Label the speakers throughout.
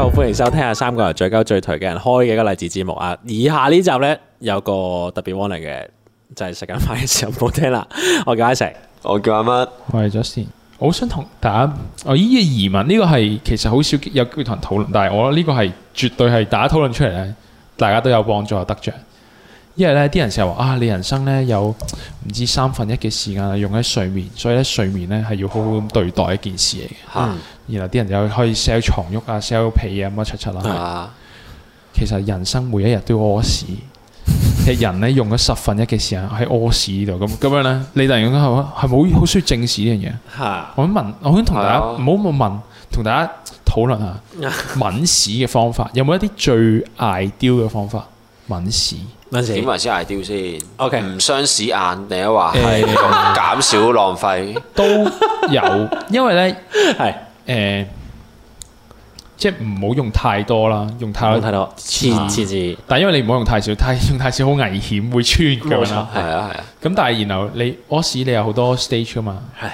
Speaker 1: 好，歡迎收聽下三個人最鳩最頹嘅人開嘅一個勵志節目啊！以下呢集咧有個特別 warning 嘅，就係食緊飯嘅時候唔好聽啦。 我叫阿成，
Speaker 2: 我叫阿乜，
Speaker 1: 嗯
Speaker 3: 我係 Justin，我好想同大家，我依個疑問呢、個係其實好少有機會同人討論，但係我覺得呢個係絕對係大家討論出嚟咧，大家都有幫助有得着。因為咧啲人成日話啊，你人生咧有唔知三分一嘅時間係用喺睡眠，所以咧睡眠咧係要好好咁對待一件事嚟嘅。
Speaker 2: 嚇
Speaker 3: 然後啲人就可以 sell 床褥啊、sell 被啊乜七七
Speaker 1: 嗯
Speaker 3: 啦。
Speaker 2: 啊，
Speaker 3: 其實人生每一日都要屙屎，其實人咧用咗十分一嘅時間喺屙屎度，咁咁樣咧，你突然間係咪係咪好好需要正視呢樣嘢？
Speaker 1: 嚇
Speaker 3: 我想問，我想同大家
Speaker 2: 係啊
Speaker 3: 唔好冇問，同大家討論下抿屎嘅方法，有冇一啲最 ideal 嘅方法抿屎？
Speaker 1: 嗰陣時
Speaker 2: 點啊為之 ideal 先
Speaker 1: OK
Speaker 2: 唔傷屎眼，定係話
Speaker 1: 嗯
Speaker 2: 係
Speaker 3: 誒
Speaker 2: 減少浪費？
Speaker 3: 都有，因為咧
Speaker 1: 係
Speaker 3: 誒、即係唔好用太多啦，用太
Speaker 1: 冇
Speaker 3: 多
Speaker 1: 睇，到，黐黐字
Speaker 3: 但因為你唔好用太少，太用太少好危險，會穿咁樣啦。
Speaker 2: 係啊係啊，
Speaker 3: 咁但係然後你屙屎，你有好多 stage 噶嘛，
Speaker 1: 係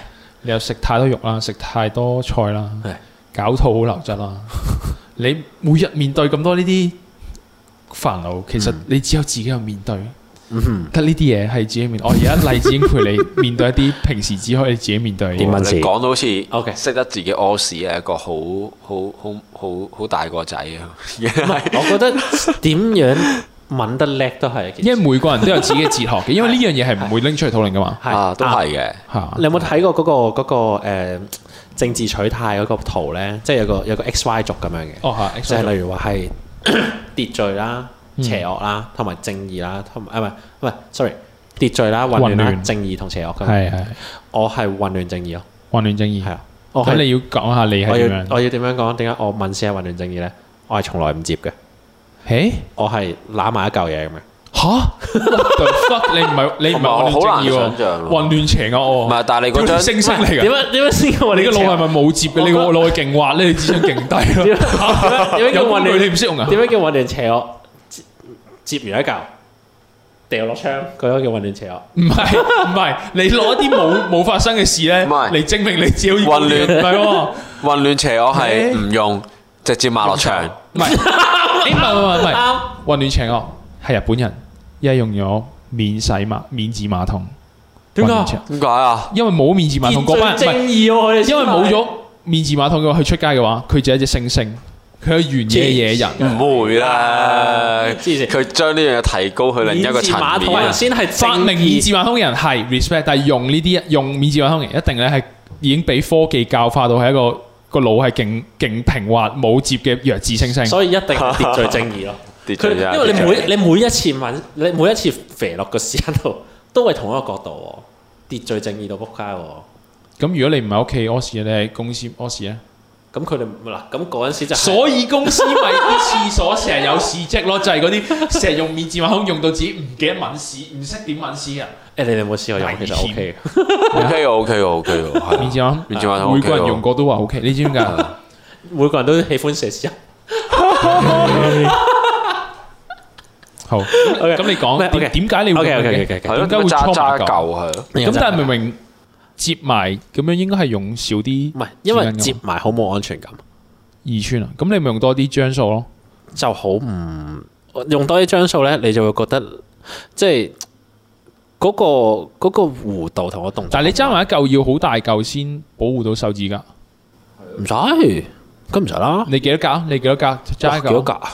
Speaker 3: 你又食太多肉啦，食太多菜啦
Speaker 1: 係，
Speaker 3: 搞肚好流質 啦。你每日面對咁多呢啲煩惱，其實
Speaker 1: 嗯
Speaker 3: 你只有自己去面對。得呢啲嘢係自己面對。我哦而家例子已經陪你面對一啲平時只可以自己面對嘅
Speaker 1: 點啊
Speaker 3: 嘢。
Speaker 1: 抿
Speaker 2: 你
Speaker 1: 屎
Speaker 2: 講到好似
Speaker 1: OK
Speaker 2: 識得自己屙屎係一個好好好好好大個仔啊！
Speaker 1: 唔係，我覺得點樣揾得叻都係一件
Speaker 3: 因為
Speaker 1: 事。
Speaker 3: 每個人都有自己嘅哲學嘅，因為呢樣嘢係唔會拎出嚟討論噶嘛。
Speaker 2: 啊，都係嘅，
Speaker 3: 嚇
Speaker 1: 你，有冇睇過嗰、個嗰、個呃政治取態嗰個圖咧？即係有個有個 X Y 軸咁樣嘅，
Speaker 3: 哦嚇，
Speaker 1: 即係例如話係秩序啦、
Speaker 3: 嗯
Speaker 1: 邪惡啦，同埋正義啦，同埋啊唔係唔係，sorry，秩序啦、混亂
Speaker 3: 混
Speaker 1: 啦、
Speaker 3: 亂
Speaker 1: 正義同邪惡咁樣。
Speaker 3: 係係
Speaker 1: 我係混亂正義咯，
Speaker 3: 混亂正義
Speaker 1: 係。啊，我
Speaker 3: 咁
Speaker 1: 係
Speaker 3: 你要講下你
Speaker 1: 我
Speaker 3: 係點
Speaker 1: 要
Speaker 3: 樣？
Speaker 1: 我要點樣講？點解我問先係混亂正義咧？我係從來唔接嘅，
Speaker 3: 誒
Speaker 1: 我係揦埋一嚿嘢咁樣。
Speaker 3: 吓 What the fuck！你唔係你 唔係混
Speaker 2: 我好
Speaker 3: 亂
Speaker 2: 難
Speaker 3: 正義
Speaker 2: 想
Speaker 3: 喎，
Speaker 2: 像喎
Speaker 3: 混亂邪
Speaker 2: 唔
Speaker 3: 惡
Speaker 1: 哦
Speaker 3: 喎。
Speaker 2: 係，但係你嗰
Speaker 3: 條
Speaker 2: 張
Speaker 3: 星星嚟㗎
Speaker 1: 點。樣點樣先叫混
Speaker 3: 啊你
Speaker 1: 亂
Speaker 3: 個
Speaker 1: 正
Speaker 3: 腦係
Speaker 1: 義？
Speaker 3: 咪冇接嘅？你個腦係勁滑咧，你智商勁低
Speaker 1: 點
Speaker 3: 咯。
Speaker 1: 樣點樣叫
Speaker 3: 有
Speaker 1: 混
Speaker 3: 工具
Speaker 1: 亂？
Speaker 3: 你唔識用啊？
Speaker 1: 點樣叫混亂邪惡？接接完一嚿，掉落窗，
Speaker 3: 嗯
Speaker 1: 嗰個叫混亂邪惡。
Speaker 3: 唔係唔係，你攞一啲冇冇發生嘅事咧
Speaker 2: 唔係
Speaker 3: 嚟證明你自己好似
Speaker 2: 混亂
Speaker 3: 唔係喎，
Speaker 2: 混亂邪惡係唔用，直接抹落牆。
Speaker 3: 唔係誒唔係唔係唔係
Speaker 1: 啱，
Speaker 3: 混亂邪惡係日本人，一係用咗免洗馬免治馬桶，
Speaker 1: 點解
Speaker 3: 混亂邪惡
Speaker 2: 點解啊？
Speaker 3: 因為冇免治馬桶嗰班人
Speaker 1: 秩序
Speaker 3: 唔係
Speaker 1: 正義喎，我哋
Speaker 3: 因為冇
Speaker 1: 先係
Speaker 3: 咗免治馬桶嘅話，佢出街嘅話，佢就係一隻猩猩，佢係原野野人。
Speaker 2: 唔會啦，
Speaker 1: 黐線
Speaker 2: 佢將呢樣嘢提高去另一個層
Speaker 1: 免治馬桶
Speaker 2: 面啊
Speaker 1: 人。先係
Speaker 3: 發明免治馬桶嘅人係 respect，但係用呢啲用免治馬桶嘅人一定咧係已經俾科技教化到係一個個腦係勁勁平滑冇接嘅弱智猩猩。
Speaker 1: 所以一定係秩序正 義咯。
Speaker 2: 跌
Speaker 1: 佢
Speaker 2: 咗啫
Speaker 1: 因為你
Speaker 2: 跌咗
Speaker 1: 每你每一次問，你每一次肥落個屎眼度，都係同一個角度喎，秩序正義到撲街喎。
Speaker 3: 咁如果你唔係屋企屙屎，你喺公司屙屎啊咧，
Speaker 1: 咁佢哋嗱，咁嗰陣時就係
Speaker 3: 所以公司咪啲廁所成日有屎跡咯，就係嗰 啲成日用免治馬桶用到自己唔記得抿屎，唔識點啊抿屎嘅人。
Speaker 1: 誒，你哋有冇試過用？
Speaker 3: 危險
Speaker 1: 其實 OK 嘅，
Speaker 2: OK 嘅，OK 嘅，OK 嘅，係
Speaker 3: 免
Speaker 2: 啊
Speaker 3: 治馬桶，
Speaker 2: 免治馬桶
Speaker 3: 每
Speaker 2: OK
Speaker 3: 個人
Speaker 2: 喎
Speaker 3: 用過都話 OK，你知唔知啊點解？
Speaker 1: 每個人都喜歡射屎啊。
Speaker 3: 好，
Speaker 1: OK，
Speaker 3: 咁你講
Speaker 1: OK，
Speaker 3: 點點解你會
Speaker 1: OK，OK，OK，OK，OK
Speaker 3: 點
Speaker 2: 係咯，
Speaker 3: 解會
Speaker 2: 點解
Speaker 3: 搓
Speaker 2: 揸揸
Speaker 3: 埋
Speaker 2: 一
Speaker 3: 嚿？
Speaker 2: 嚿係咯？
Speaker 3: 咁但係明明接埋咁樣應該係用少啲，
Speaker 1: 唔係因為接埋好冇安全感，
Speaker 3: 二寸啊，咁你咪用多啲張數咯。
Speaker 1: 就好唔用多啲張數咧，你就會覺得即係嗰個嗰個弧度同個動作。
Speaker 3: 但係你揸埋一嚿要好大嚿先保護到手指甲。
Speaker 1: 唔使，咁唔使啦。
Speaker 3: 你幾多格啊？你幾多格？揸一
Speaker 1: 哇幾多格
Speaker 3: 嚿
Speaker 1: 啊？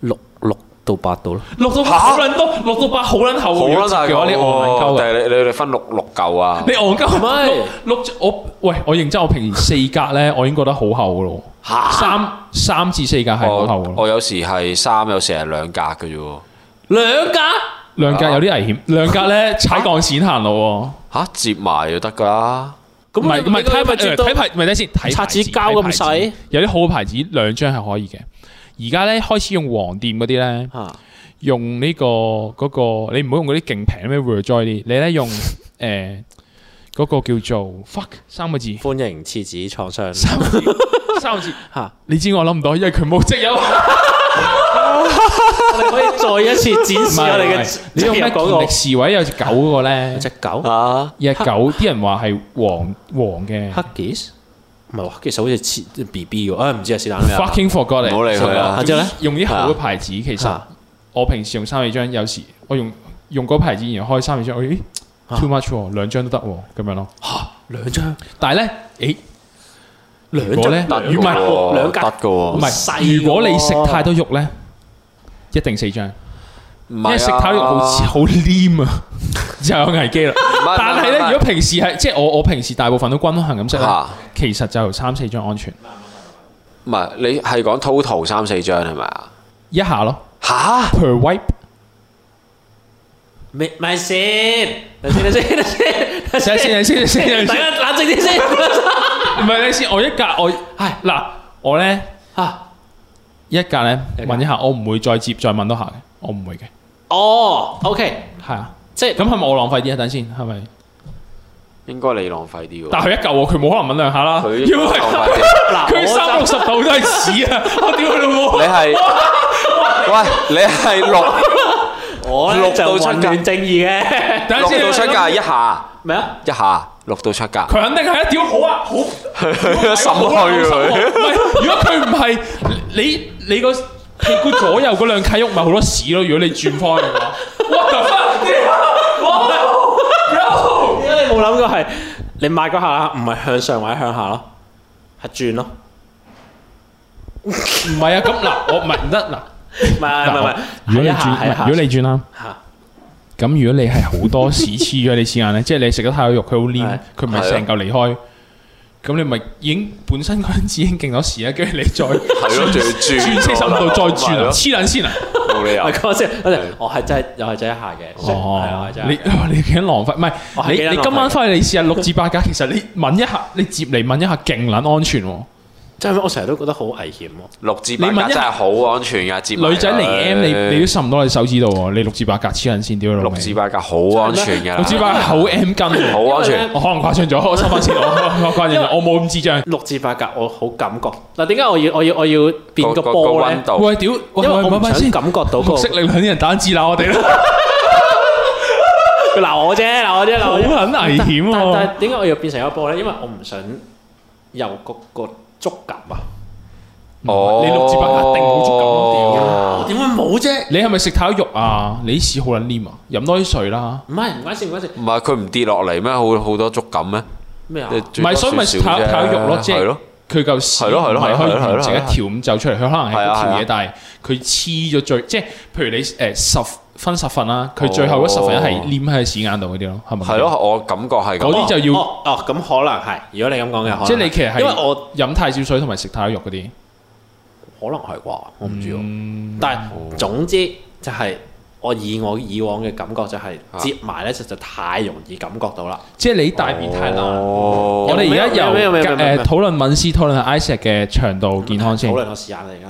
Speaker 1: 六六到八度咯。
Speaker 3: 六到八好撚多，六到八好撚厚。
Speaker 2: 好啦，大
Speaker 3: 嘅話，你戇鳩嘅，
Speaker 2: 但係你你你分六六嚿啊
Speaker 3: 你？戇鳩
Speaker 1: 唔係
Speaker 3: 六六我喂，我認真，我平時四格咧，我已經覺得好厚噶咯。三三至四格係好厚啊
Speaker 2: 我
Speaker 3: 咯。
Speaker 2: 我有時係三，有時係兩格嘅啫喎。
Speaker 1: 兩格
Speaker 3: 兩格有啲危險，兩格咧踩鋼線行路
Speaker 2: 嚇，接埋就得㗎啦。
Speaker 3: 喎。
Speaker 1: 咁
Speaker 3: 唔係唔係睇
Speaker 1: 咪
Speaker 3: 牌
Speaker 1: 接
Speaker 3: 誒
Speaker 1: 到
Speaker 3: 睇牌，咪睇先睇
Speaker 1: 擦
Speaker 3: 牌
Speaker 1: 紙
Speaker 3: 子
Speaker 1: 膠
Speaker 3: 睇牌
Speaker 1: 咁
Speaker 3: 子
Speaker 1: 細
Speaker 3: 有啲好嘅牌子兩張係可以嘅。而家咧開始用黃店嗰啲咧，
Speaker 1: 嚇？
Speaker 3: 用呢、個嗰、個你唔好用嗰啲勁平咩 r e j o y 啲，你咧用誒嗰、個叫做 fuck 三個字，
Speaker 1: 歡迎廁紙創傷
Speaker 3: 三個字，三個字
Speaker 1: 嚇！
Speaker 3: 你知我諗唔到，因為佢冇 即有。唔
Speaker 1: 我哋可以再一次展示我
Speaker 3: 係
Speaker 1: 哋
Speaker 3: 唔
Speaker 1: 嘅
Speaker 3: 係你用咩
Speaker 1: 嗰
Speaker 3: 健力
Speaker 1: 個
Speaker 3: 士位有隻狗嗰個咧，
Speaker 1: 隻狗
Speaker 2: 啊，
Speaker 3: 有隻狗啲人話係黃黃嘅，
Speaker 1: Huggies 唔係話，其實好似似 B B 喎，啊唔知啊是但咩
Speaker 3: fucking forgot
Speaker 2: 唔好理
Speaker 3: 你。
Speaker 2: 佢啊啦
Speaker 1: 下。之後咧，
Speaker 3: 用啲好嘅牌子，其實
Speaker 1: 啊
Speaker 3: 我平時用三四張，有時我用用嗰牌子，然後開三四張，我咦
Speaker 1: 啊
Speaker 3: too much 喎，兩張都得喎，咁樣咯。
Speaker 1: 兩張
Speaker 3: 但係咧，誒
Speaker 1: 兩
Speaker 3: 如果
Speaker 1: 張
Speaker 3: 咧，
Speaker 2: 得
Speaker 3: 如唔
Speaker 2: 㗎
Speaker 3: 係
Speaker 2: 喎
Speaker 1: 兩格
Speaker 2: 得噶
Speaker 3: 唔
Speaker 2: 喎，
Speaker 1: 細
Speaker 3: 係，
Speaker 1: 喎
Speaker 3: 如果你食太多肉咧，一定四張，
Speaker 2: 唔啊
Speaker 3: 因為食太多肉好似
Speaker 2: 似
Speaker 3: 好黏啊， 就有危機啦。
Speaker 2: 係
Speaker 3: 但係咧，
Speaker 2: 唔係
Speaker 3: 如果平時係即係我我平時大部分都均衡咁食咧
Speaker 2: 嚇，
Speaker 3: 其實就三四張安全
Speaker 2: 唔係你係講 total 三四張係咪啊？
Speaker 3: 一下咯
Speaker 2: 嚇！
Speaker 3: ，per wipe。
Speaker 1: 咪咪先，等先等先等先等
Speaker 3: 等
Speaker 1: 先，
Speaker 3: 先，先先先
Speaker 1: 大
Speaker 3: 先，
Speaker 1: 家冷靜啲先。
Speaker 3: 唔係你先，我一格我
Speaker 1: 係
Speaker 3: 嗱，我咧。
Speaker 1: 啊，
Speaker 3: 一格咧
Speaker 1: 一格
Speaker 3: 問一下，我唔會再接再問多下嘅，我唔會嘅，
Speaker 1: 哦，OK，
Speaker 3: 係啊。
Speaker 1: 即係
Speaker 3: 咁係咪我浪費啲啊？等先，係咪？
Speaker 2: 應該你浪費啲喎，
Speaker 3: 但係佢一嚿喎，佢冇可能問兩下啦，
Speaker 2: 佢
Speaker 3: 因為
Speaker 2: 浪費啲。
Speaker 1: 嗱，
Speaker 3: 佢三
Speaker 1: 我
Speaker 3: 六
Speaker 1: 就
Speaker 3: 十度都係屎啊！我屌佢老母！
Speaker 2: 你係喂，你係六
Speaker 1: 我咧
Speaker 2: 六
Speaker 1: 就
Speaker 2: 到七
Speaker 1: 混
Speaker 2: 格
Speaker 1: 亂正義嘅，
Speaker 3: 等陣先
Speaker 2: 六到七格一下
Speaker 1: 咩啊？
Speaker 2: 一下六到七格，
Speaker 3: 佢肯定係一屌好啊，好
Speaker 2: 心虛
Speaker 3: 好啊
Speaker 2: 佢。
Speaker 3: 唔係，如果佢唔係你你個屁股左右嗰兩契喐，咪好多屎咯。如果你轉方嘅話，What the fuck？
Speaker 1: 點解你冇諗過係你買嗰下唔係向上或者向下咯，係轉咯？
Speaker 3: 唔係啊，咁嗱，我唔係唔得嗱。
Speaker 1: 唔係哎唔係唔係，
Speaker 3: 如果你
Speaker 1: 係一下係一
Speaker 3: 轉，
Speaker 1: 下
Speaker 3: 如果你轉啦。
Speaker 1: 嚇
Speaker 3: 咁如果你係好多屎黐咗你屎眼咧，即係你食得太多肉，佢好黏，佢咪成嚿離
Speaker 1: 啊
Speaker 3: 開。咁你咪已經本身嗰陣時已經勁咗屎啊啦，跟住你再
Speaker 2: 係咯，仲要轉
Speaker 3: 轉四十五度再轉
Speaker 2: 係
Speaker 3: 啊，
Speaker 2: 咯
Speaker 3: 黐撚線啊！
Speaker 2: 冇理由
Speaker 1: 唔係。講先，等陣我係真係又係真係一下嘅，係啊，
Speaker 3: 哦
Speaker 1: 我係真，係一
Speaker 3: 你
Speaker 1: 下嘅。
Speaker 3: 你 幾浪費？唔
Speaker 1: 我係
Speaker 3: 係
Speaker 1: 幾撚浪費
Speaker 3: 你你今晚翻去你試下六至八格，其實你問一下，你接嚟問一下勁撚安全喎。
Speaker 1: 即係我成日都覺得好危險喎。
Speaker 2: 六至八
Speaker 3: 你問
Speaker 2: 格
Speaker 3: 一
Speaker 2: 真係好安全㗎，接埋
Speaker 3: 女仔嚟
Speaker 2: 佢
Speaker 3: M 你你都滲唔到你手指度喎，你六至八格黐撚線屌你老
Speaker 2: 六
Speaker 3: 味
Speaker 2: 至八格好安全㗎啦，
Speaker 3: 六至八格好 M 巾喎，
Speaker 2: 好安
Speaker 1: 因為
Speaker 2: 全
Speaker 1: 咧。
Speaker 3: 我可能誇張咗，我收翻先，我我誇張咗，我冇咁智障。
Speaker 1: 六至八格，我好感覺。嗱，點解我要我要我要變個波咧
Speaker 2: 温？度，
Speaker 3: 喂，屌，
Speaker 1: 因
Speaker 3: 因
Speaker 1: 為我
Speaker 3: 唔
Speaker 1: 唔
Speaker 3: 係
Speaker 1: 想
Speaker 3: 先，
Speaker 1: 感覺到個
Speaker 3: 綠色力量啲人打字鬧我哋啦，
Speaker 1: 佢鬧我啫，鬧我啫，鬧
Speaker 3: 好
Speaker 1: 我啫。
Speaker 3: 撚危險
Speaker 1: 啊但但
Speaker 3: 喎！
Speaker 1: 係點解我要變成一個波咧？因為我唔想有個個觸感啊！
Speaker 2: 哦，
Speaker 3: 你六至八一定冇足感咯，
Speaker 1: 我點會冇啫？
Speaker 3: 屌！你係咪食太多肉啊？你啲屎好撚黏啊！飲多啲水啦。
Speaker 1: 唔係唔關事，唔關事。
Speaker 2: 唔係佢唔跌落嚟咩？好好多觸感咩？
Speaker 1: 咩啊？
Speaker 3: 唔係，所以咪食太多太多肉咯，即
Speaker 2: 係
Speaker 3: 係
Speaker 2: 咯，
Speaker 3: 佢嚿屎
Speaker 2: 係咯係
Speaker 3: 唔
Speaker 2: 咯
Speaker 3: 係可以
Speaker 2: 係咯係
Speaker 3: 完
Speaker 2: 咯
Speaker 3: 成一條咁走出嚟，佢可能係一
Speaker 2: 係
Speaker 3: 條
Speaker 2: 啊係
Speaker 3: 嘢
Speaker 2: 啊，
Speaker 3: 但係佢黐咗最，即係譬如你誒十分十份啦，佢最後嗰十份係黏喺屎眼度嗰啲咯，係咪？
Speaker 2: 係，咯，我感覺係
Speaker 3: 嗰
Speaker 2: 咁
Speaker 3: 啲。就要
Speaker 1: 哦哦，咁可能係。如果你咁講嘅，可能
Speaker 3: 即係你其實係
Speaker 1: 因為我
Speaker 3: 飲太少水同埋食太多肉嗰啲。
Speaker 1: 可能係啩，我唔知喎。
Speaker 3: 嗯
Speaker 1: 但係總之就係我以我以往嘅感覺就係接埋咧，實在太容易感覺到啦。
Speaker 3: 即係你大便太難。
Speaker 2: 我
Speaker 3: 我哋而家
Speaker 1: 有咩有
Speaker 3: 由
Speaker 1: 咩有咩有咩
Speaker 3: 誒討論敏斯，討論 Isaac 嘅腸道健康先，
Speaker 1: 討
Speaker 3: 唔
Speaker 1: 論我時間嚟㗎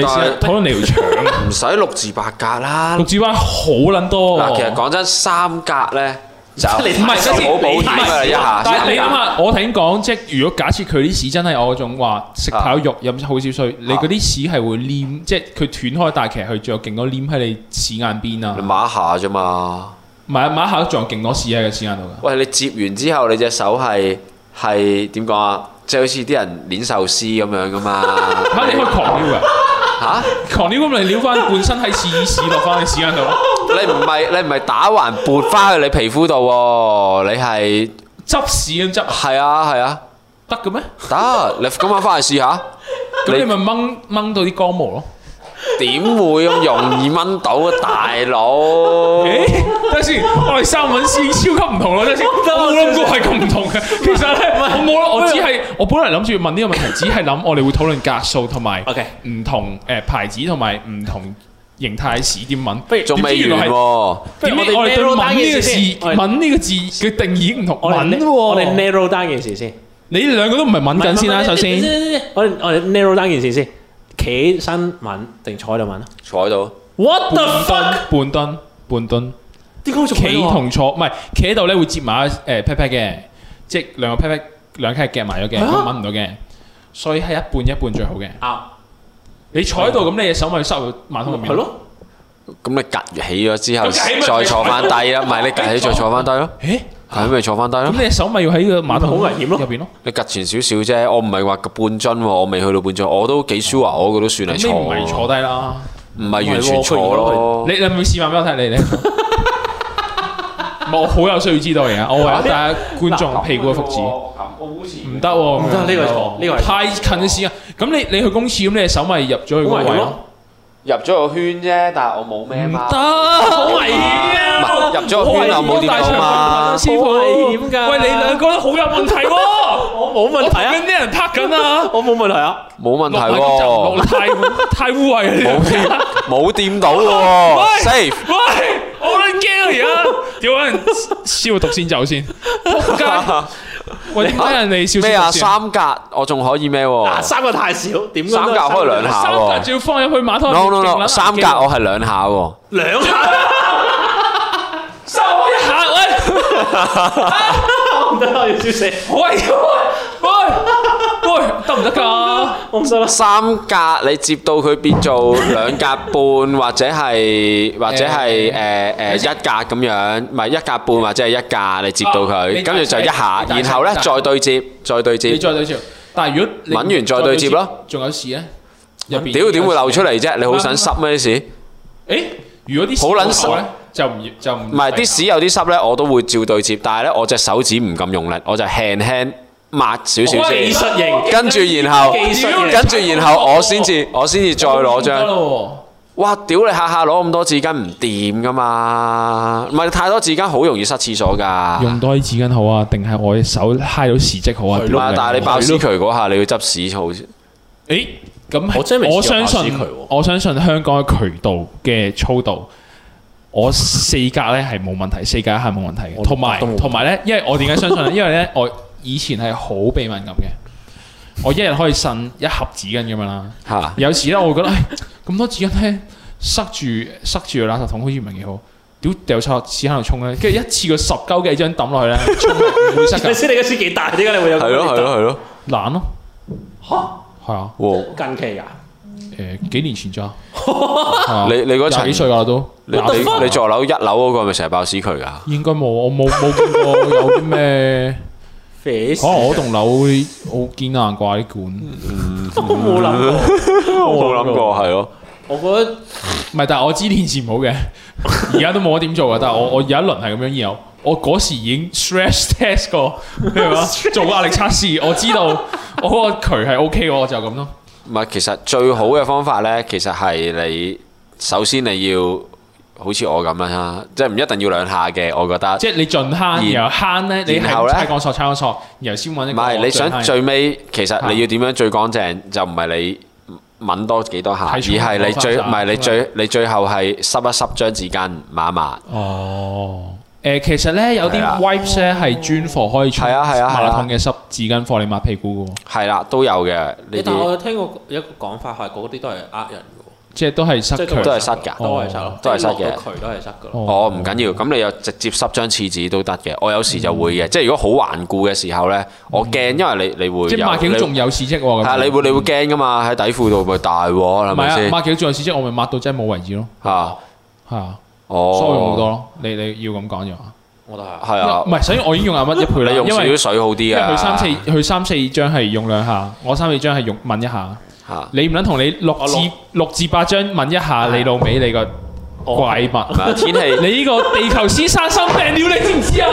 Speaker 1: 喺度，
Speaker 3: 係你先討論你條腸。
Speaker 2: 唔使六至八格啦
Speaker 3: 六。字灣好撚多喎。
Speaker 2: 嗱，其實講真，三格咧就
Speaker 1: 你
Speaker 2: 唔
Speaker 1: 唔係
Speaker 2: 係
Speaker 1: 真係
Speaker 2: 好保
Speaker 1: 你
Speaker 2: 險㗎啦，一下
Speaker 3: 但係你諗下，我頭先講即係如果假設佢啲屎真係我嗰種話食太多肉飲好少水，你嗰啲屎係會黏，即係佢斷開，但係其實佢仲有勁多黏喺你屎眼邊啊
Speaker 2: 你。抹一下啫嘛。
Speaker 3: 唔係啊，抹一下仲有勁多屎喺個屎眼度㗎。
Speaker 2: 喂，你接完之後，你隻手係係點講啊？即係好似啲人攣壽司咁樣噶嘛？
Speaker 3: 嚇！你可以狂撩㗎，
Speaker 2: 嚇！
Speaker 3: 狂撩咁你撩翻本身喺屎耳屎落翻你屎眼度咯，
Speaker 2: 你唔係你唔係打橫撥翻去你皮膚度喎，你係
Speaker 3: 執屎咁執
Speaker 2: 係啊係啊，
Speaker 3: 得嘅咩？
Speaker 2: 得你今晚翻去試下。
Speaker 3: 咁你
Speaker 2: 你
Speaker 3: 咪掹掹到啲光毛咯。
Speaker 2: 點會咁容易掹到啊，大佬？
Speaker 1: 哦
Speaker 3: 诶，等陣先，我哋三文線超級唔同 咯，等陣先，
Speaker 1: 啊
Speaker 3: 我冇諗過係咁唔同嘅。其實咧，我冇諗，我只係我本來諗住問呢個問題，只係諗我哋會討論格數 同埋
Speaker 1: OK
Speaker 3: 唔同誒牌子同埋唔同形態市點揾。
Speaker 1: 不如
Speaker 2: 仲
Speaker 3: 點知
Speaker 2: 未
Speaker 3: 原來
Speaker 2: 完
Speaker 3: 係
Speaker 2: 喎，
Speaker 3: 點
Speaker 1: 不
Speaker 3: 解
Speaker 1: 如
Speaker 3: 我
Speaker 1: 我
Speaker 3: 哋
Speaker 1: 哋
Speaker 3: 對
Speaker 1: narrow
Speaker 3: 揾
Speaker 1: 單
Speaker 3: 呢
Speaker 1: 件
Speaker 3: 個
Speaker 1: 事
Speaker 3: 字
Speaker 1: 先我哋
Speaker 3: 揾呢個字嘅定義唔同。
Speaker 1: 我哋
Speaker 3: 揾喎，
Speaker 1: 我哋 narrow down 件事先。
Speaker 3: 你哋兩個都唔係揾緊先啦，首先
Speaker 1: 我哋我哋 narrow down 件事先，企身吻定坐喺度吻啊
Speaker 2: 坐喺度。
Speaker 1: ？What
Speaker 3: 半
Speaker 1: the
Speaker 3: 噸
Speaker 1: fuck？
Speaker 3: 半噸半噸。
Speaker 1: 點解我仲
Speaker 3: 企同坐，唔係企喺度咧會接埋誒 pat pat 嘅，即係兩個 pat pat 兩 pat 夾埋咗嘅，
Speaker 1: 嚇
Speaker 3: 咁揾唔到嘅，所以係一半一半最好嘅。
Speaker 1: 啊？
Speaker 3: 你坐喺度咁，你隻手咪塞入馬桶入面。
Speaker 1: 哦係，咯，
Speaker 2: 咁你趌起咗之後
Speaker 3: 咁趌起咪
Speaker 2: 再坐翻低啦，唔係你趌起再坐翻低咯。
Speaker 3: 誒
Speaker 2: 係咪坐翻低
Speaker 3: 咁
Speaker 2: 咯？
Speaker 3: 你隻手咪要喺個馬桶
Speaker 1: 啊咪好危險咯
Speaker 3: 入邊咯。
Speaker 2: 你隔前少少啫，我唔係話半樽喎，我未去到半樽，我都幾 sure，我個都算
Speaker 3: 咁
Speaker 2: 係
Speaker 3: 你唔係
Speaker 2: 錯，
Speaker 3: 坐低啦。
Speaker 2: 唔係完全錯咯。
Speaker 1: 哦
Speaker 3: 你你有冇示範俾我睇你你？ 我好有需要知道而家，我為
Speaker 1: 啊
Speaker 3: 咗大家觀眾屁股嘅福祉，唔得喎，
Speaker 1: 唔得呢個錯呢個係
Speaker 3: 太近嘅時間。咁你你去公廁咁，你隻手咪入咗去嗰個
Speaker 1: 好危
Speaker 3: 位
Speaker 1: 險咯，
Speaker 3: 咯
Speaker 2: 入咗個圈啫，但係我冇咩
Speaker 3: 唔
Speaker 2: 嘛。
Speaker 3: 得，好危險
Speaker 2: 唔係
Speaker 3: 啊！
Speaker 2: 入咗個圈啊，冇電腦嘛。
Speaker 3: 師傅
Speaker 1: 好危險㗎
Speaker 3: 喂，你兩個都好有問題喎！
Speaker 1: 我冇問
Speaker 3: 我
Speaker 1: 題
Speaker 3: 同
Speaker 1: 啊
Speaker 3: 緊，啲人拍緊啊！
Speaker 1: 我冇問題啊，
Speaker 2: 冇問題
Speaker 3: 落埋啲就唔落啦
Speaker 2: 喎，
Speaker 3: 太污太污穢啊！
Speaker 2: 冇掂冇
Speaker 3: 呢
Speaker 2: 掂到嘅喎，safe。
Speaker 3: 喂，我好撚驚啊！而家屌有人消毒先走先，仆街！喂，點解人哋消
Speaker 2: 咩啊？
Speaker 3: 消毒
Speaker 2: 三格我仲可以咩喎？
Speaker 1: 嗱哦啊三個太少，點
Speaker 2: 三格開兩
Speaker 3: 先？
Speaker 2: 下
Speaker 3: 三格
Speaker 2: 喎。
Speaker 3: 仲要放入去馬桶
Speaker 2: no no
Speaker 3: 入邊勁撚
Speaker 2: no，
Speaker 3: 難
Speaker 2: 三格
Speaker 3: 記喎
Speaker 2: 我係兩下喎。
Speaker 1: 兩下
Speaker 3: 收一下喂
Speaker 1: 唔得，我要笑死，
Speaker 3: 喂喂喂得唔得㗎？
Speaker 1: 我唔信啦。
Speaker 2: 三格你接到佢變做兩格半，或者 係或者係誒誒一格咁樣，唔係一格半或者係一格你接到
Speaker 3: 啊
Speaker 2: 佢，跟住就一下，
Speaker 3: 你大細
Speaker 2: 然後咧
Speaker 3: 你大細
Speaker 2: 再對接，再對接
Speaker 3: 你。再對接，但係如果你
Speaker 2: 揾完再對接咯，
Speaker 3: 仲有事咧？入邊
Speaker 2: 屌點會漏出？嚟啫？你好想濕咩啲屎？
Speaker 3: 誒，如果啲
Speaker 2: 好撚
Speaker 3: 手咧，就唔就唔
Speaker 2: 唔係啲屎有啲濕咧，我都會照對接，但係咧我隻手指唔咁用力，我就輕輕抹少少
Speaker 1: 技
Speaker 2: 先。
Speaker 1: 術型，
Speaker 2: 跟住然後，
Speaker 1: 技術型
Speaker 2: 跟住然後我先至，我先至再攞張。哇！屌你下下攞咁多紙巾唔掂噶嘛？唔係太多紙巾好容易塞廁所㗎。
Speaker 3: 用多啲紙巾好啊，定係我手揩到屎跡好啊？
Speaker 2: 唔係但係你爆屎渠嗰下，你要執屎好。
Speaker 3: 誒，咁
Speaker 1: 我真係未試過
Speaker 3: 我相
Speaker 1: 爆屎
Speaker 3: 信
Speaker 1: 渠喎
Speaker 3: 我相信香港嘅渠道嘅粗度，我四格咧係冇問題，四格係冇問題嘅。
Speaker 1: 我
Speaker 3: 同埋
Speaker 1: 都冇
Speaker 3: 同埋咧，因為我點解相信咧？因為咧，我以前係好鼻敏感嘅，我一日可以擤一盒紙巾咁樣啦。
Speaker 2: 嚇！
Speaker 3: 有時咧，我會覺得唉咁多紙巾咧塞住塞住個垃圾桶，好似唔係幾好。屌掉錯屎喺度沖咧，跟住一次過十鳩幾張抌落去咧，沖唔會塞
Speaker 1: 你
Speaker 3: 㗎，
Speaker 1: 先你嘅書幾大？點解你會有？
Speaker 2: 係咯係咯係咯。
Speaker 3: 懶咯，
Speaker 1: 咯。
Speaker 3: 係啊，
Speaker 2: 哇！
Speaker 1: 嚇，近期啊，
Speaker 3: 誒幾年 前咋？係啊
Speaker 2: 你你嗰
Speaker 3: 廿幾
Speaker 2: 層，
Speaker 3: 歲㗎啦都，
Speaker 2: 你
Speaker 3: 廿幾
Speaker 2: 你你座樓一樓嗰個咪成日爆屎渠㗎？
Speaker 3: 應該冇，我冇冇見過有 啲咩，
Speaker 1: 肥
Speaker 3: 可能我棟樓啲好堅硬啩啲管，
Speaker 1: 我冇諗
Speaker 2: 我冇諗過係咯。
Speaker 1: 過，我覺得
Speaker 3: 唔係，但係我知年前冇嘅，而家都冇得點做嘅。啊但係
Speaker 2: 哦
Speaker 3: 我我有一輪係咁樣有，我嗰時已經 stress test 過，咩話做過壓力測試，我知道我個渠係 OK 嘅，我就咁咯。
Speaker 2: 唔係，其實最好嘅方法呢，其實係你首先你要好似我咁樣啦，即係唔一定要兩下嘅，我覺得。
Speaker 3: 即係你盡慳，
Speaker 2: 然
Speaker 3: 然後慳咧，你
Speaker 2: 然後
Speaker 3: 係
Speaker 2: 呢
Speaker 3: 猜鋼索猜鋼索，然後先揾一
Speaker 2: 唔
Speaker 3: 個
Speaker 2: 係，你想
Speaker 3: 慳
Speaker 2: 最尾其實你要點樣最乾淨，就唔係你抿多幾多下，而
Speaker 3: 係全部
Speaker 2: 係你最
Speaker 3: 攞
Speaker 2: 唔係
Speaker 3: 返晒
Speaker 2: 你最你最後係濕一濕張紙巾抹一抹。
Speaker 3: 哦。誒、其實咧有啲
Speaker 2: 係啊
Speaker 3: wipes 咧係專貨可以沖
Speaker 2: 係啊係啊係
Speaker 3: 馬
Speaker 2: 啊
Speaker 3: 桶嘅濕紙巾貨，你抹屁股嘅喎，
Speaker 2: 係啦，都有嘅呢
Speaker 1: 但我
Speaker 2: 啲，
Speaker 1: 有聽過有一個講法係嗰啲都係呃人嘅
Speaker 3: 即係都係塞
Speaker 1: 喎，即
Speaker 3: 渠。
Speaker 1: 係
Speaker 2: 都係塞㗎
Speaker 1: 都係塞咯，
Speaker 2: 都係塞嘅
Speaker 1: 即係落到渠都係塞嘅咯。
Speaker 2: 哦唔緊要，咁你又直接濕張廁紙都得嘅。我有時就會
Speaker 3: 嗯
Speaker 2: 嘅，即係如果好頑固嘅時候呢，我驚，因為你你會
Speaker 3: 即係抹幾
Speaker 2: 有
Speaker 3: 股
Speaker 2: 你
Speaker 3: 仲有屎跡喎。咁
Speaker 2: 係啊你會你會驚噶嘛？喺底褲度咪大鑊啦，係
Speaker 3: 唔係
Speaker 2: 咪
Speaker 3: 啊，
Speaker 2: 先
Speaker 3: 抹幾股仲有屎跡，我咪抹到真係冇為止咯。
Speaker 2: 嚇？
Speaker 3: 係啊，
Speaker 2: 哦，
Speaker 3: 所以用好多咯。你你要咁講就話，
Speaker 1: 我都係。
Speaker 2: 係啊
Speaker 3: 唔，係，所以我已經用阿乜一倍啦，
Speaker 2: 你用
Speaker 3: 因
Speaker 2: 少
Speaker 3: 為
Speaker 2: 啲水好
Speaker 3: 因
Speaker 2: 啲
Speaker 3: 為
Speaker 2: 啊。
Speaker 3: 佢三四佢三四張係用兩下，我三四張係用問一下。
Speaker 2: 嚇，
Speaker 3: 你唔撚同你六
Speaker 1: 我
Speaker 2: 啊
Speaker 3: 至
Speaker 1: 六
Speaker 3: 六至八張問一下，你老尾你個
Speaker 2: 哦
Speaker 3: 怪物
Speaker 2: 唔，係天氣。
Speaker 3: 你呢個地球先生生病了，你知唔 知啊？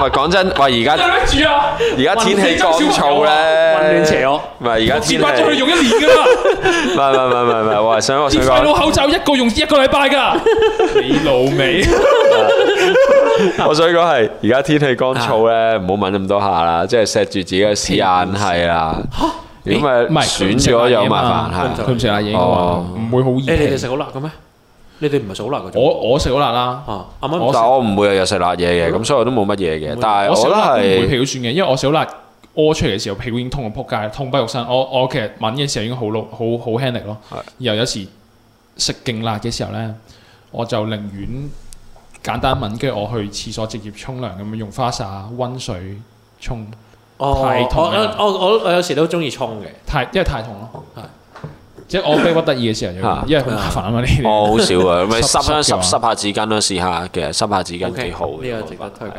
Speaker 2: 喂，講真，喂，而
Speaker 3: 對
Speaker 2: 家
Speaker 3: 唔住啊！
Speaker 2: 而家天氣乾燥
Speaker 1: 混亂
Speaker 2: 咧，
Speaker 1: 邪惡，
Speaker 2: 唔係而家
Speaker 3: 六至
Speaker 2: 天氣，
Speaker 3: 八張佢
Speaker 2: 唔
Speaker 3: 用一年 㗎啦。
Speaker 2: 係唔係唔係唔係唔係，我係想我
Speaker 3: 啲
Speaker 2: 想
Speaker 3: 廢佬
Speaker 2: 講，
Speaker 3: 口罩一個用一個禮拜㗎，啊 你老味。
Speaker 2: 我想講係而家天氣乾燥咧，唔好問咁多下啦，即係錫住自己嘅屎眼係啦，如果
Speaker 3: 唔
Speaker 2: 咪
Speaker 3: 係
Speaker 2: 損咗有麻煩
Speaker 1: 佢唔食辣嘢嘛
Speaker 2: 係。
Speaker 3: 佢唔食辣嘢嘅話，
Speaker 2: 哦
Speaker 3: 唔會好
Speaker 1: 誒你哋
Speaker 3: 熱氣
Speaker 1: 食。好辣嘅咩？你哋唔係食好辣嘅啫。
Speaker 3: 我我食好辣啦，
Speaker 1: 啊，啱啱
Speaker 3: 我
Speaker 2: 但我唔會日日食辣嘢嘅，咁所以我都冇乜嘢嘅。但係
Speaker 3: 我
Speaker 2: 我
Speaker 3: 食
Speaker 2: 覺
Speaker 3: 好
Speaker 2: 得
Speaker 3: 辣都唔會
Speaker 2: 係
Speaker 3: 屁股酸嘅，因為我食好辣屙出嚟嘅時候屁股已經痛到撲街，痛不欲生。我我其實抿嘅時候已經好老好好輕力咯，然後有時食勁辣嘅時候咧，我就寧願簡單抿，跟住我去廁所直接沖涼咁樣用花灑温水沖，
Speaker 1: 哦
Speaker 3: 太痛啦
Speaker 1: 我我我我有時都中意沖嘅。
Speaker 3: 太因為太痛
Speaker 2: 哦
Speaker 3: 咯
Speaker 1: 係，
Speaker 3: 即係我逼不得已嘅時候就
Speaker 2: 啊
Speaker 3: 用，因為好麻煩啊嘛呢啲。
Speaker 2: 我好少啊，咪濕
Speaker 3: 濕濕嘅
Speaker 2: 濕
Speaker 3: 話
Speaker 2: 濕下紙巾咯，試下嘅，濕下紙
Speaker 1: O
Speaker 2: 巾
Speaker 1: K，
Speaker 2: 幾好嘅。
Speaker 1: 呢個值得推介。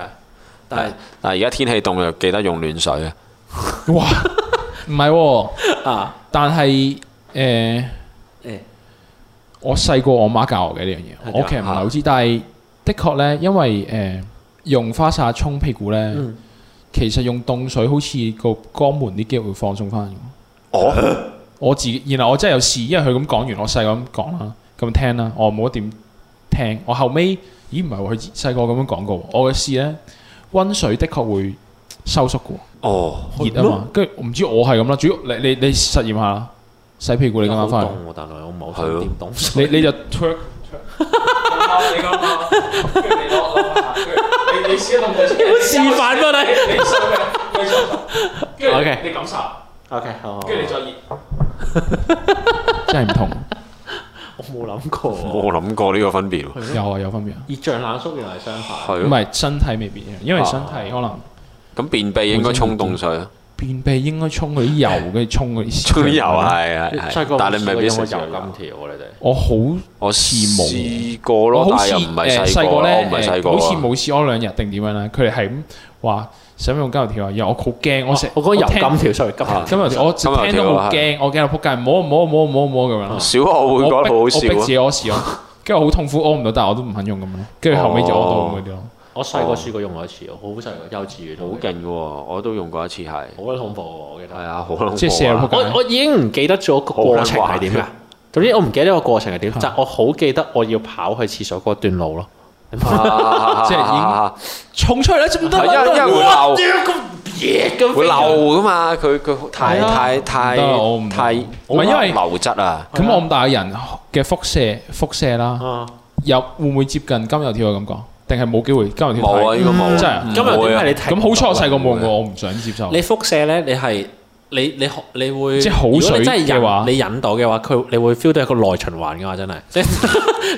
Speaker 1: 但係
Speaker 2: 但係而家天氣凍就記得用暖水啊。
Speaker 3: 哇，唔係喎，
Speaker 1: 啊
Speaker 3: 但係诶。呃
Speaker 1: 誒
Speaker 3: 我細個我媽教我嘅呢樣
Speaker 1: 係
Speaker 3: 嘢，我其實唔係
Speaker 2: 啊
Speaker 3: 好知，但係的確呢，因為誒、呃用花灑沖屁股呢，
Speaker 1: 嗯
Speaker 3: 其實用凍水好似個肛門啲肌肉會放鬆翻。
Speaker 2: 哦，
Speaker 3: 我自己，然後我真係有試，因為佢咁講完，我細個咁講啦，咁聽啦，我冇點聽。我後尾，咦唔係喎，佢細個咁樣講過喎，我嘅試呢，温水的確會收縮嘅
Speaker 2: 哦，
Speaker 3: 喎，熱啊嘛，跟住我唔知我係咁啦，主要你你你實驗下啦，洗屁股你今晚翻
Speaker 1: 好
Speaker 3: 去。
Speaker 1: 凍喎，但係我唔係好想
Speaker 2: 係咯
Speaker 1: 掂凍
Speaker 3: 你
Speaker 1: 水。
Speaker 3: 你就 twerk，你咁啊，跟住你攞攞下，跟住你你試一動作先，
Speaker 1: 示範過你
Speaker 3: 你手嘅，你手嘅，跟住
Speaker 1: OK
Speaker 3: 你感受，
Speaker 1: OK，好好好
Speaker 3: 跟住你再熱，真係唔同，
Speaker 1: 我冇諗過喎。
Speaker 2: 冇諗過呢個分別喎。
Speaker 3: 有啊有分別啊，
Speaker 1: 熱脹冷縮原來係相反。
Speaker 2: 係
Speaker 3: 唔
Speaker 2: 咯，
Speaker 3: 係身體未必一樣，因為身體可能
Speaker 2: 咁便秘應該沖凍水啊，
Speaker 3: 便秘應該沖嗰啲油，跟住沖嗰啲
Speaker 2: 沖油啊，。係係
Speaker 1: 細
Speaker 2: 係
Speaker 1: 個，
Speaker 2: 但係你未
Speaker 1: 咪
Speaker 2: 必
Speaker 1: 有個
Speaker 2: 食
Speaker 1: 油
Speaker 2: 咗油
Speaker 1: 金條喎，你哋。
Speaker 3: 我好
Speaker 2: 我
Speaker 3: 似冇
Speaker 2: 試過
Speaker 3: 我
Speaker 2: 咯，
Speaker 3: 好
Speaker 2: 但係
Speaker 3: 似
Speaker 2: 又唔係
Speaker 3: 誒
Speaker 2: 細個
Speaker 3: 個
Speaker 2: 啦，我
Speaker 3: 咧
Speaker 2: 唔係細
Speaker 3: 誒
Speaker 2: 個
Speaker 3: 好似
Speaker 2: 啊。
Speaker 3: 冇試屙兩日定點樣啦，佢哋係咁話使唔使用膠條啊？因為我好驚，我成
Speaker 1: 我啊講油
Speaker 3: 聽
Speaker 1: 金條，sorry，金條。
Speaker 3: 今日我
Speaker 2: 今日
Speaker 3: 聽到好驚，我驚到仆街，唔好唔好唔好唔好唔好咁樣咯。
Speaker 2: 小學會覺得好
Speaker 3: 我
Speaker 2: 好
Speaker 3: 逼我逼自
Speaker 2: 笑
Speaker 3: 己屙屎咯，跟住好痛苦屙唔到，但係我都唔肯用咁樣咯。跟住後尾就屙到咁嗰啲咯。
Speaker 1: 我細個試過用過一次，我好細個，幼稚園。
Speaker 2: 好勁喎！我都用過一次係，
Speaker 1: 好鬼恐怖喎，我記得
Speaker 2: 係。啊，好恐怖啊
Speaker 3: 即係射 入仆街
Speaker 1: 我我已經唔記得咗個過程係點
Speaker 2: 好
Speaker 1: 㗎
Speaker 2: 難。
Speaker 1: 總之我唔記得個過程係點，
Speaker 3: 嚇
Speaker 1: 但我好記得我要跑去廁所嗰段路咯。
Speaker 3: 即係已經
Speaker 2: 係
Speaker 3: 衝出嚟啦，唔
Speaker 2: 因為因為會
Speaker 1: 哇
Speaker 2: 漏
Speaker 1: 屌咁嘢咁
Speaker 2: 會
Speaker 1: 飛啊
Speaker 2: 漏噶嘛，佢佢太
Speaker 1: 係啊
Speaker 2: 太太
Speaker 3: 唔得我唔
Speaker 2: 太
Speaker 3: 唔係因為
Speaker 2: 流質啊，
Speaker 3: 咁我咁大嘅人嘅輻射輻射啦，
Speaker 1: 啊！
Speaker 3: 又會唔會接近金油條嘅感覺？定係冇機會金油條
Speaker 2: 冇啊
Speaker 1: 嗯
Speaker 3: 太？
Speaker 2: 呢個冇啊，
Speaker 3: 真係啊
Speaker 1: 今日
Speaker 2: 唔會
Speaker 1: 點
Speaker 2: 啊
Speaker 1: 解你停
Speaker 3: 咁好彩我細個冇用
Speaker 2: 會
Speaker 3: 過，我唔想接受。
Speaker 1: 你輻射咧，你係你你你會
Speaker 3: 即係好
Speaker 1: 如果你
Speaker 3: 水
Speaker 1: 真係
Speaker 3: 嘅話
Speaker 1: 忍你忍到嘅話，佢你會 feel 到一個內循環嘅嘛，真係， 即係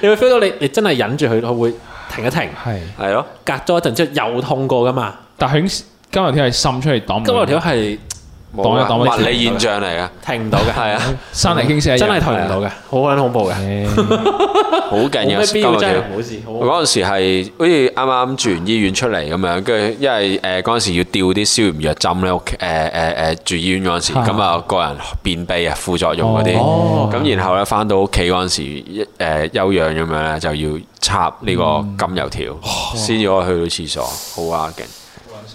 Speaker 1: 你會 feel 到你你真係忍住佢，佢會停一停，
Speaker 3: 係，
Speaker 2: 係咯，
Speaker 1: 隔咗一陣之後又痛過噶嘛。
Speaker 3: 但係佢已經金油條係滲出嚟擋唔
Speaker 1: 今
Speaker 3: 到
Speaker 1: 日條係
Speaker 2: 冇啊
Speaker 3: 擋一擋
Speaker 2: 物
Speaker 3: 一
Speaker 2: 理現象 嚟嘅，
Speaker 1: 停唔到嘅，
Speaker 2: 係啊，
Speaker 3: 山泥傾瀉一樣，
Speaker 1: 真係停唔到嘅，好撚恐怖嘅，
Speaker 3: 誒
Speaker 2: 好
Speaker 1: 冇
Speaker 2: 勁
Speaker 1: 咩
Speaker 2: 啊！
Speaker 1: 必
Speaker 2: 今
Speaker 1: 要
Speaker 2: 日
Speaker 1: 真
Speaker 2: 條
Speaker 1: 係冇事。好
Speaker 2: 我嗰陣時係好似啱啱住完醫院出嚟咁樣，跟住因為誒嗰陣時要吊啲消炎藥針咧，屋企誒誒誒住醫院嗰陣時，
Speaker 3: 啊
Speaker 2: 咁啊個人便秘啊副作用嗰啲，
Speaker 3: 哦
Speaker 2: 咁然後咧翻到屋企嗰陣時一誒休養咁樣咧，就要插呢個金油條，先至可以去到廁所，好啊勁，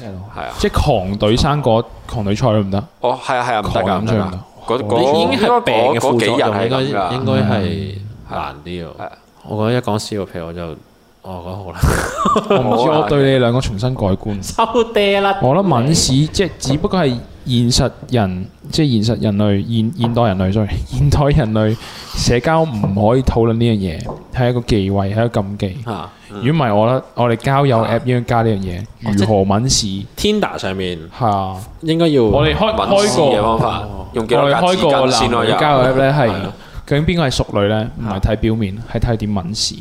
Speaker 2: 係啊，
Speaker 3: 即係狂隊生果、狂隊菜都 唔得。
Speaker 2: 哦係啊係啊，唔得㗎
Speaker 3: 狂
Speaker 2: 唔
Speaker 3: 飲
Speaker 2: 得
Speaker 3: 水
Speaker 2: 㗎
Speaker 3: 唔得，
Speaker 2: 嗰
Speaker 1: 你
Speaker 2: 嗰
Speaker 1: 已經係病嘅
Speaker 2: 嗰
Speaker 1: 副
Speaker 2: 幾
Speaker 1: 作用，
Speaker 2: 日
Speaker 1: 應
Speaker 2: 係
Speaker 1: 該
Speaker 2: 咁
Speaker 1: 應
Speaker 2: 㗎，
Speaker 1: 該係難啲
Speaker 2: 係
Speaker 1: 喎。我覺得一講屎尿屁我就我覺得好難
Speaker 3: 我唔知，我對你兩個重新改觀。
Speaker 1: 收爹啦。
Speaker 3: 我覺得抿屎即係只不過係現實人，即係現實人類現現代人類，sorry，現 代人類社交唔可以討論呢樣嘢，係一個忌諱，係一個禁忌。
Speaker 1: 嚇
Speaker 2: 嗯
Speaker 3: 如果唔係，我覺得我哋交友
Speaker 2: 啊
Speaker 3: app 應該加呢樣嘢，如何抿屎
Speaker 1: ，Tinder 上面
Speaker 3: 係
Speaker 2: 哦
Speaker 3: 啊！
Speaker 1: 應該要
Speaker 3: 我哋開
Speaker 2: 揾
Speaker 3: 開
Speaker 2: 屎嘅
Speaker 3: 個
Speaker 2: 方法，用幾
Speaker 3: 我
Speaker 2: 多
Speaker 3: 哋
Speaker 2: 格紙
Speaker 3: 開個
Speaker 2: 巾先
Speaker 3: 男
Speaker 2: 咯，
Speaker 3: 女
Speaker 2: 又啊
Speaker 3: 交友 app 咧係
Speaker 1: 係啊
Speaker 3: 究竟邊個係淑女咧？唔係睇表面，係睇佢點抿屎。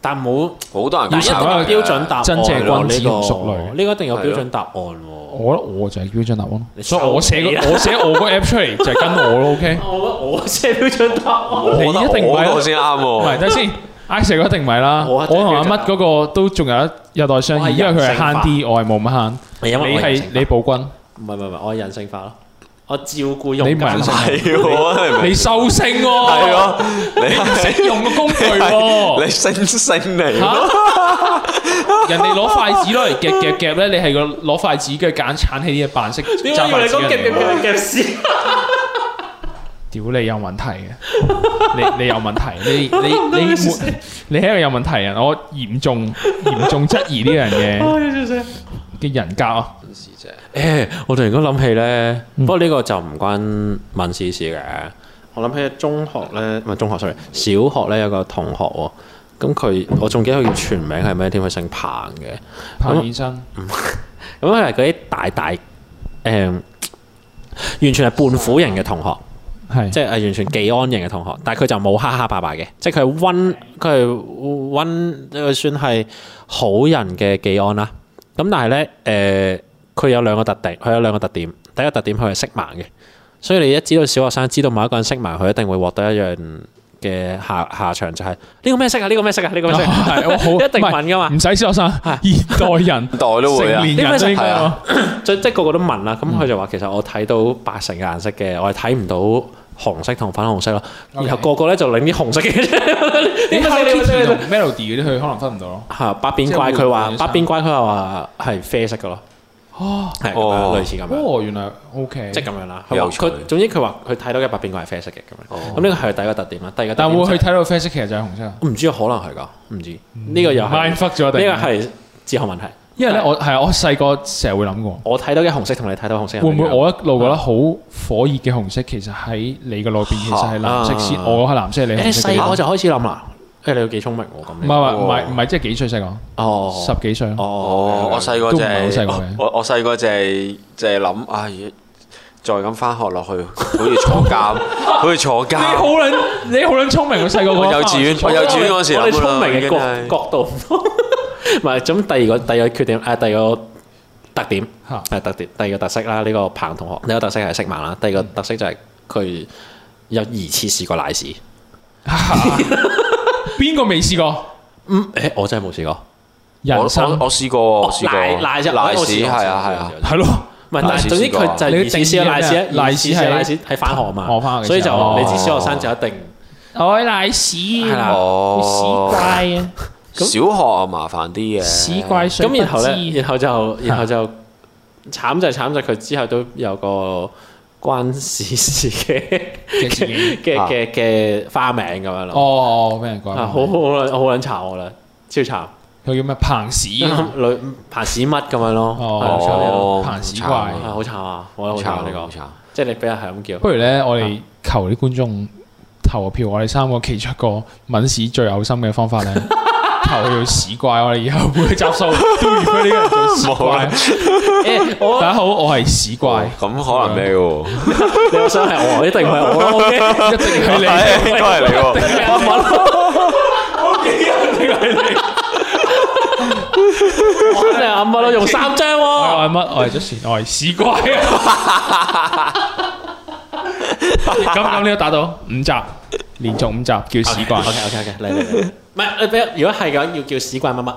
Speaker 1: 但冇
Speaker 2: 好多人
Speaker 1: 但一定有
Speaker 3: 查一個
Speaker 1: 標準答案喎，
Speaker 3: 真正君子
Speaker 1: 呢個
Speaker 3: 唔淑
Speaker 1: 呢
Speaker 3: 女
Speaker 1: 個一定有標
Speaker 2: 係咯
Speaker 1: 準答案喎。
Speaker 3: 我覺得我就係標準答案
Speaker 1: 你
Speaker 3: 咯，所以我寫個
Speaker 1: 收
Speaker 2: 啊
Speaker 1: 皮啦
Speaker 3: 我寫我個 app 出嚟就係跟我咯，OK？
Speaker 1: 我我先標準答案。
Speaker 3: 你一定唔係
Speaker 2: 嗰
Speaker 3: 啦
Speaker 2: 個先啱
Speaker 3: 唔係，
Speaker 2: 喎。
Speaker 3: 等先，Isaac 嗰一定唔係啦。
Speaker 1: 我
Speaker 3: 我
Speaker 1: 啊真係
Speaker 3: 同阿
Speaker 1: 記得
Speaker 3: 乜嗰個都仲有一有待商
Speaker 1: 我
Speaker 3: 議，
Speaker 1: 係
Speaker 3: 因為佢係
Speaker 1: 人性化
Speaker 3: 慳啲，我係冇乜慳。
Speaker 1: 你因為
Speaker 3: 你
Speaker 1: 我人
Speaker 3: 係
Speaker 1: 性化
Speaker 3: 你暴君，
Speaker 1: 唔係唔係唔係，我係人性化咯。我照顧
Speaker 3: 你
Speaker 1: 用
Speaker 3: 唔係人性化
Speaker 1: 家
Speaker 2: 係喎，
Speaker 3: 你收聲
Speaker 2: 係
Speaker 3: 喎，
Speaker 2: 咯，你
Speaker 3: 識用個工具喎
Speaker 2: 你。星星嚟
Speaker 3: 嚇
Speaker 2: 㗎，
Speaker 3: 人哋攞筷子攞嚟夾夾夾咧，你係個攞筷子嘅揀鏟起啲嘢扮識
Speaker 1: 點
Speaker 3: 揸
Speaker 1: 解要
Speaker 3: 筷
Speaker 1: 你
Speaker 3: 子
Speaker 1: 講
Speaker 3: 嘅
Speaker 1: 夾夾
Speaker 3: 人嚟喎。
Speaker 1: 夾夾屎？
Speaker 3: 屌你有問題嘅，你你有問題， 你你你你你係一個有問題人，我 嚴重嚴重質疑呢樣嘢嘅人格啊！
Speaker 1: 誒，我突然間諗起咧，不過呢個就唔關問事事嘅。我諗起中學咧，唔係中學，sorry，小學咧有個同學喎。咁佢，我仲記得佢全名係咩添？佢姓彭嘅。
Speaker 3: 彭醫生，
Speaker 1: 咁佢係嗰啲大大誒、完全係半虎型嘅同學，
Speaker 3: 係
Speaker 1: 即係呃完全技安型嘅同學，但係佢就冇蝦蝦霸霸嘅，即係佢係温佢係温佢算係好人嘅技安啦。咁但係咧誒，佢、有兩個特定，佢有兩個特點。第一個特點佢係色盲嘅，所以你一知道小學生知道某一個人色盲，佢一定會獲得一樣嘅下下場就係呢個咩色啊？呢個咩色啊？呢個咩色啊？
Speaker 3: 哦係我好
Speaker 1: 一定
Speaker 3: 唔係
Speaker 1: 問㗎嘛
Speaker 3: 唔使小學生，現代 人
Speaker 2: 代都會啊
Speaker 3: 成年人都應該咯
Speaker 1: 即即個個都問啦。咁
Speaker 3: 嗯
Speaker 1: 佢就話其實我睇到八成嘅顏色嘅，我係睇唔到紅色同粉紅色咯。然後個個咧就領啲紅色嘅，
Speaker 3: 你
Speaker 1: 呢
Speaker 3: h
Speaker 1: 個
Speaker 3: e
Speaker 1: 色呢個色呢個色
Speaker 3: Kitty 同 Melody 嗰啲，佢可能分唔到咯。
Speaker 1: 係百變怪佢話
Speaker 3: 即係會
Speaker 1: 百變怪佢話係啡色嘅咯，
Speaker 3: 哦，
Speaker 1: 係咁
Speaker 2: 哦
Speaker 1: 樣類似咁樣。
Speaker 3: 哦，原來 OK，
Speaker 1: 即係咁樣啦，佢話
Speaker 2: 有趣哦
Speaker 1: 佢總之佢話佢睇到嘅百變怪係啡色嘅咁樣，咁呢個係第一個特點啦。第二個特
Speaker 3: 但會
Speaker 1: 點
Speaker 3: 唔會
Speaker 1: 就係
Speaker 3: 去睇到啡色其實就係紅色啊。
Speaker 1: 我唔知可能係㗎，唔知呢個又係
Speaker 3: Mind fuck 咗
Speaker 1: 呢
Speaker 3: 定？
Speaker 1: 個係哲學問題。
Speaker 3: 因為咧，我係啊我細個成日會諗過，
Speaker 1: 我睇到嘅紅色同你睇到嘅紅色係
Speaker 3: 會唔會
Speaker 1: 一樣
Speaker 3: 我一路覺得好火熱嘅紅色，其實喺你嘅裏邊其實係藍色先，
Speaker 1: 啊
Speaker 3: 我係藍色，你係紅
Speaker 1: 誒
Speaker 3: 色
Speaker 1: 細個
Speaker 3: 嘅。
Speaker 1: 就開始諗啦，誒你要幾聰明喎咁樣。
Speaker 3: 唔係唔係唔係唔係，即係幾歲細個？
Speaker 1: 哦，
Speaker 3: 十幾歲咯。
Speaker 2: 哦，我細個就係
Speaker 3: 都唔係好細個嘅
Speaker 2: 我我細個就係就係諗，唉，再咁翻學落去，好似坐 監，好似坐監
Speaker 3: 你。好撚你好撚聰明，我細個
Speaker 2: 我幼稚園，我幼稚園嗰時
Speaker 1: 我哋
Speaker 2: 諗
Speaker 1: 聰
Speaker 2: 啦，
Speaker 1: 明
Speaker 2: 已
Speaker 1: 嘅
Speaker 2: 經
Speaker 1: 角
Speaker 2: 係
Speaker 1: 角度唔同， 唔係咁第二個第二個缺點誒第二個特點
Speaker 3: 嚇
Speaker 1: 係特點第二個特色啦，呢個彭同學呢個特色係色盲啦，第二個特色就係佢有疑似試過奶屎，
Speaker 3: 邊個未試過？
Speaker 1: 嗯誒我真係冇試過，
Speaker 2: 我
Speaker 3: 人
Speaker 2: 我
Speaker 3: 生
Speaker 2: 我試過，
Speaker 1: 哦
Speaker 2: 我試
Speaker 1: 奶
Speaker 2: 過
Speaker 1: 奶啫
Speaker 2: 奶
Speaker 1: 我試
Speaker 2: 屎
Speaker 1: 過
Speaker 2: 係啊係啊，，
Speaker 3: 係咯。
Speaker 1: 唔係，但係總之佢就係疑似試過奶屎，疑似試過奶屎係翻學啊嘛，所以就你知小學生就一定
Speaker 3: 我奶屎
Speaker 1: 係啦
Speaker 2: 哦，
Speaker 3: 啊，
Speaker 2: 小學啊麻煩啲嘅，
Speaker 3: 水
Speaker 1: 咁然後咧，然後就然後就慘就係慘就係佢之後都有個關事事嘅
Speaker 3: 嘅事件
Speaker 1: 嘅嘅嘅花名咁 樣咯，
Speaker 3: 哦，俾人講
Speaker 1: 啊好好撚好撚慘我啦，超慘，
Speaker 3: 佢叫咩彭屎啊
Speaker 1: 女爬屎乜咁樣咯，係
Speaker 3: 哦
Speaker 2: 慘啊
Speaker 3: 彭屎怪
Speaker 1: 啊係好慘啊，我
Speaker 2: 好
Speaker 1: 覺得好慘呢個，
Speaker 2: 慘。
Speaker 1: 即係你俾人係咁 叫，
Speaker 3: 不如咧，我哋求啲觀眾投票，我哋三個其中一個抿屎最嘔心嘅方 法咧，投票屎怪，我哋以後每個集數都要佢呢個人做屎怪。
Speaker 1: 誒我
Speaker 3: 大家好，我係屎怪，
Speaker 2: 哦咁可能咩喎？
Speaker 1: 你個想係我，一定唔係我啦，OK。
Speaker 3: 一定係你。
Speaker 2: 係應該係你 喎。
Speaker 1: 我真係阿乜咯，用三張
Speaker 3: 我
Speaker 1: 喎。
Speaker 3: 哦係啊乜？我係 Justin，我係屎怪啊！咁咁呢個打到五集，連續五集叫屎怪
Speaker 1: OK，OK OK，嚟啊嚟嚟，唔係你俾，如果係嘅話，要叫屎怪乜乜。啊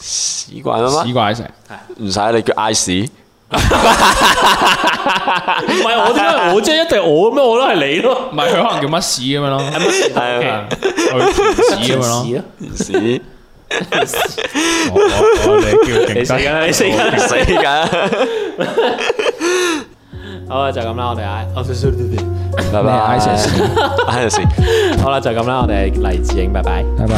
Speaker 2: 屎怪乜乜
Speaker 3: 屎？怪成。
Speaker 2: 唔使你叫 I 屎，
Speaker 1: 唔係我點解我即係一定我咩？我都係你咯。
Speaker 3: 唔係佢可能叫乜屎咁樣咯，
Speaker 2: 係啊
Speaker 3: 係佢屎咁樣咯。
Speaker 1: 咯，
Speaker 2: 屎
Speaker 3: 我我我哋叫
Speaker 1: 你
Speaker 3: 勁
Speaker 1: 死
Speaker 3: 得。
Speaker 1: 緊，你死緊。
Speaker 2: 死緊。
Speaker 1: 好啦，就咁啦，我哋嗌。哦，sorry, sorry, sorry.
Speaker 2: 拜拜
Speaker 3: 咩啊 I 屎
Speaker 2: ，I 屎。
Speaker 1: 好啦，就咁啦，我哋勵志影，拜拜。
Speaker 3: 拜拜。